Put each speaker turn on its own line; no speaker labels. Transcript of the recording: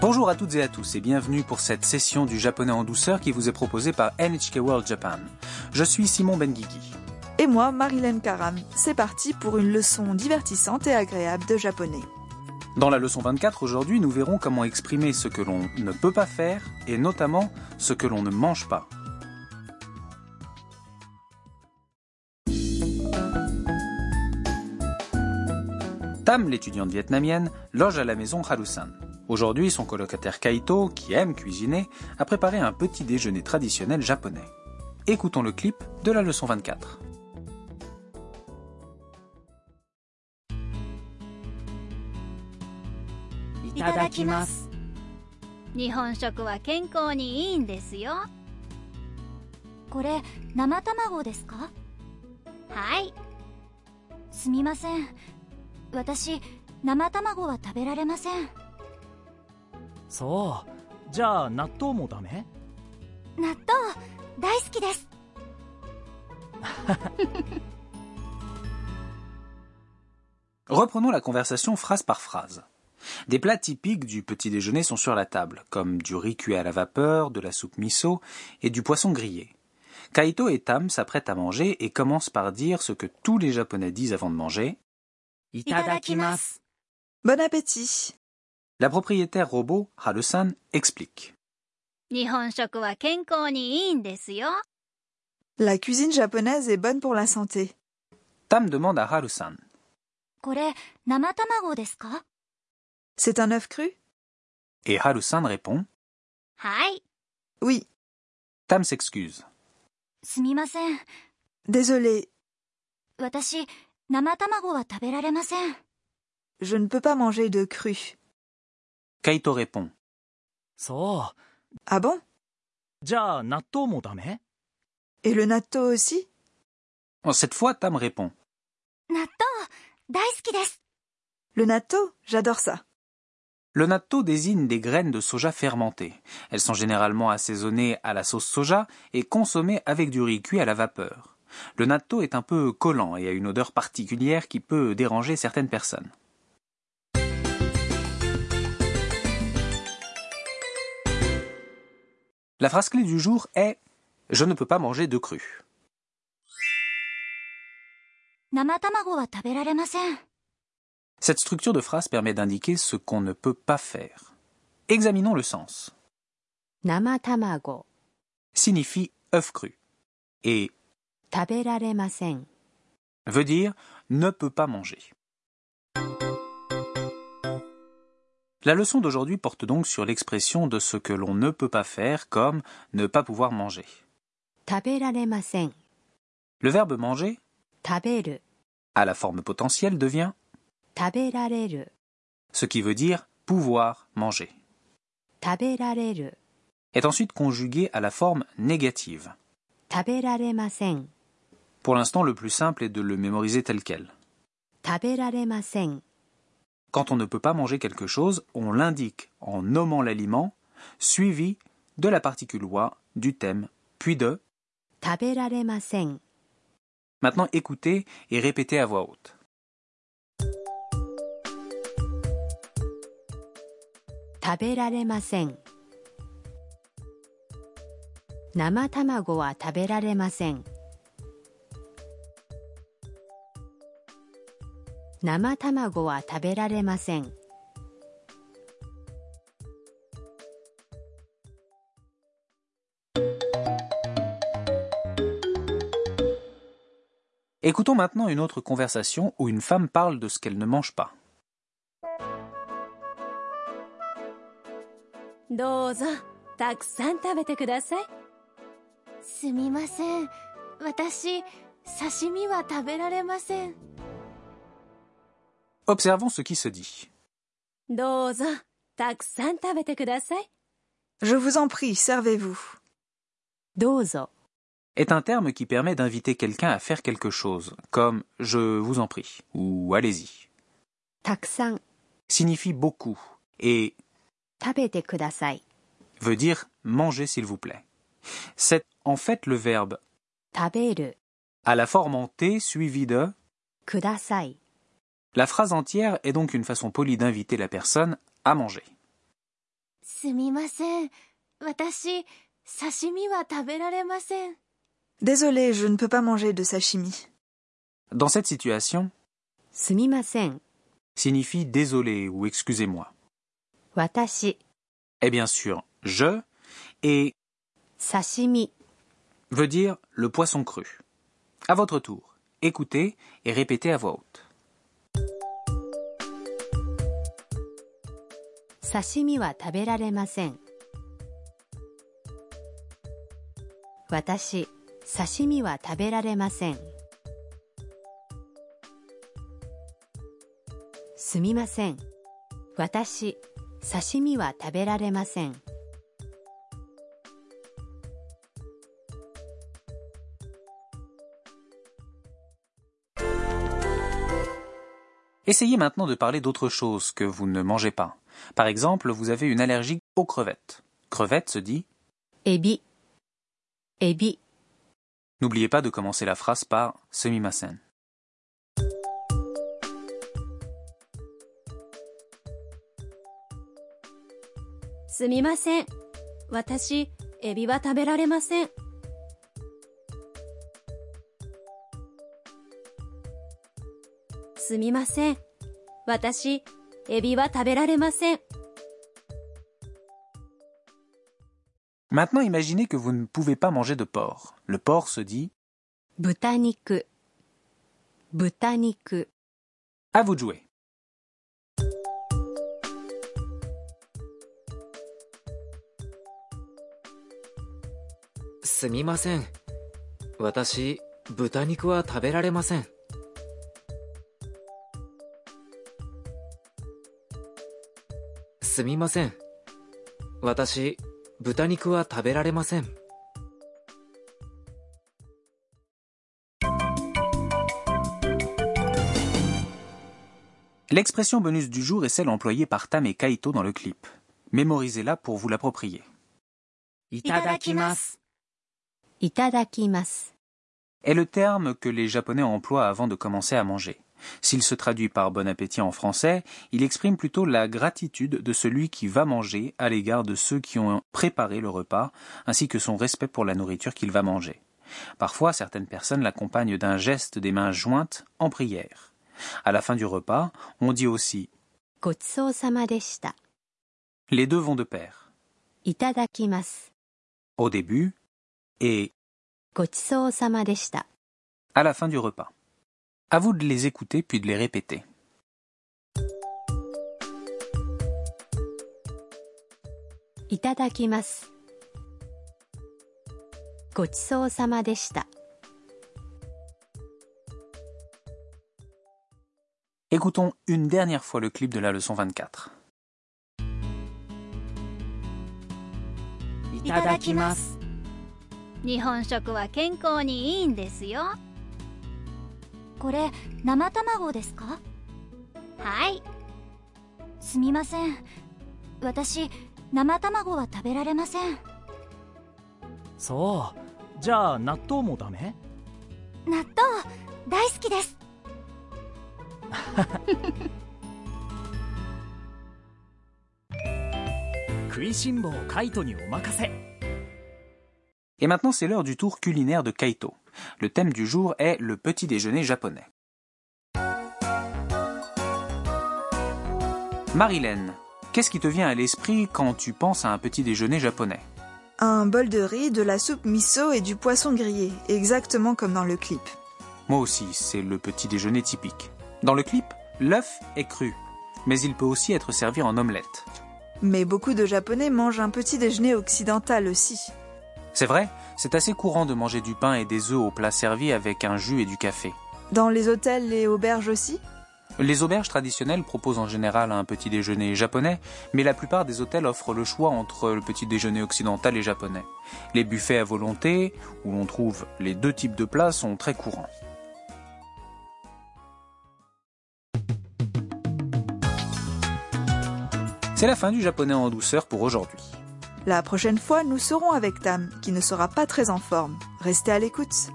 Bonjour à toutes et à tous et bienvenue pour cette session du japonais en douceur qui vous est proposée par NHK World Japan. Je suis Simon Benguigui.
Et moi, Marilyn Karam. C'est parti pour une leçon divertissante et agréable de japonais.
Dans la leçon 24 aujourd'hui, nous verrons comment exprimer ce que l'on ne peut pas faire et notamment ce que l'on ne mange pas. Tam, l'étudiante vietnamienne, loge à la maison Harusan. Aujourd'hui, son colocataire Kaito, qui aime cuisiner, a préparé un petit déjeuner traditionnel japonais. Écoutons le clip de la leçon 24.
いただきます日本食は健康にいいんですよ
これ生卵ですか
はい
すみません私生卵は食べられません
そうじゃあ納豆もダメ
納豆大好きです
「Reprenons la conversation phrase par phrase. Des plats typiques du petit déjeuner sont sur la table, comme du riz cuit à la vapeur, de la soupe miso et du poisson grillé. Kaito et Tam s'apprêtent à manger et commencent par dire ce que tous les Japonais disent avant de manger.
い
ただきます
Bon appétit
La propriétaire robot, Harusan, explique.
日本食は健康にいいんですよ
La cuisine japonaise est bonne pour la santé.
Tam demande à Harusan.
これ生卵ですか
C'est un œuf cru
Et Harusan répond.
はい
Oui.
Tam s'excuse.
すみません
Désolé,
私生卵は食べられません
je ne peux pas manger de cru.
Kaito répond.
そ
Ah bon
うじゃあ納豆もダメ
Et le natto aussi
Cette fois, Tam répond.
納豆大好きです
Le natto J'adore ça.
Le natto désigne des graines de soja fermentées. Elles sont généralement assaisonnées à la sauce soja et consommées avec du riz cuit à la vapeur. Le natto est un peu collant et a une odeur particulière qui peut déranger certaines personnes. La phrase clé du jour est Je ne peux pas manger de cru.
生卵は食べられません
Cette structure de phrase permet d'indiquer ce qu'on ne peut pas faire. Examinons le sens.
生卵
signifie œuf cru et
食べられません
veut dire ne peut pas manger. La leçon d'aujourd'hui porte donc sur l'expression de ce que l'on ne peut pas faire comme ne pas pouvoir manger.
食べられません
Le verbe manger,
食べる
à la forme potentielle, devient
食べられる
ce qui veut dire pouvoir manger,
食べられる
est ensuite conjugué à la forme négative.
食べられません
Pour l'instant, le plus simple est de le mémoriser tel quel.
食べられません
Quand on ne peut pas manger quelque chose, on l'indique en nommant l'aliment, suivi de la particule wa, du thème, puis de.
食べられません
Maintenant écoutez et répétez à voix haute.
食べられません生卵は食べられません生卵は食べられません
Écoutons maintenant une autre conversation où une femme parle de ce qu'elle ne mange pas.
どうぞたくさん食べてください
すみません私刺身は食べられません
Observons ce qui se dit.
どうぞたくさん食べてください
Je vous en prie, servez-vous.
どうぞ
Est un terme qui permet d'inviter quelqu'un à faire quelque chose, comme je vous en prie ou allez-y.
たくさん
Signifie beaucoup et
食べてください
veut dire manger s'il vous plaît. C'est en fait le verbe
食べる
à la forme en T suivi de
ください
La phrase entière est donc une façon polie d'inviter la personne à manger.
すみません。私、刺身は食べられません。
Désolé, je ne peux pas manger de sashimi.
Dans cette situation,
すみません。
signifie désolé ou excusez-moi.
私、
Et Eh bien sûr, je et
刺身、
veut dire le poisson cru. À votre tour, écoutez et répétez à voix haute.
刺身は食べられません。私、刺身は食べられません。すみません。私、刺身は食べられません。
Essayez maintenant de parler d'autre chose que vous ne mangez pas. Par exemple, vous avez une allergie aux crevettes. Crevette se dit.
エビ、エビ、
N'oubliez pas de commencer la phrase par semimasen.
「すみません私エビは食べられません」「すみません私エビは食べられません」
Maintenant, imaginez que vous ne pouvez pas manger de porc. Le porc se dit.
豚肉、豚肉、
À vous de jouer.
すみません私豚肉は食べられませんすみません私豚肉は食べられません
L'expression bonus du jour est celle employée par Tam et Kaito dans le clip. Mémorisez-la pour vous l'approprier.
い
いただきます。
いただきます。
est le terme que les Japonais emploient avant de commencer à manger. S'il se traduit par bon appétit en français, il exprime plutôt la gratitude de celui qui va manger à l'égard de ceux qui ont préparé le repas, ainsi que son respect pour la nourriture qu'il va manger. Parfois, certaines personnes l'accompagnent d'un geste des mains jointes en prière. À la fin du repas, on dit aussi
ごちそうさまでした。
les deux vont de pair.
いただきます。
Au début et
ごちそうさまでした。
à la fin du repas. À vous de les écouter puis de les répéter.
いただきます。ごちそうさまでした。
Écoutons une dernière fois le clip de la leçon 24.
い
いただきます。
日本食は健康にいいんですよは
これ、生卵ですか
い
すみません。私、生卵は食べられません。
そうじゃあ納豆もダメ
納豆、大好きです。
食いしん坊カイトにお任せ
Et maintenant, c'est l'heure du tour culinaire de Kaito. Le thème du jour est le petit déjeuner japonais. Marilène, qu'est-ce qui te vient à l'esprit quand tu penses à un petit déjeuner japonais
Un bol de riz, de la soupe miso et du poisson grillé, exactement comme dans le clip.
Moi aussi, c'est le petit déjeuner typique. Dans le clip, l'œuf est cru, mais il peut aussi être servi en omelette.
Mais beaucoup de Japonais mangent un petit déjeuner occidental aussi.
C'est vrai, c'est assez courant de manger du pain et des œufs au plat servi avec un jus et du café.
Dans les hôtels et auberges aussi
Les auberges traditionnelles proposent en général un petit déjeuner japonais, mais la plupart des hôtels offrent le choix entre le petit déjeuner occidental et japonais. Les buffets à volonté, où l'on trouve les deux types de plats, sont très courants. C'est la fin du japonais en douceur pour aujourd'hui.
La prochaine fois, nous serons avec Tam, qui ne sera pas très en forme. Restez à l'écoute.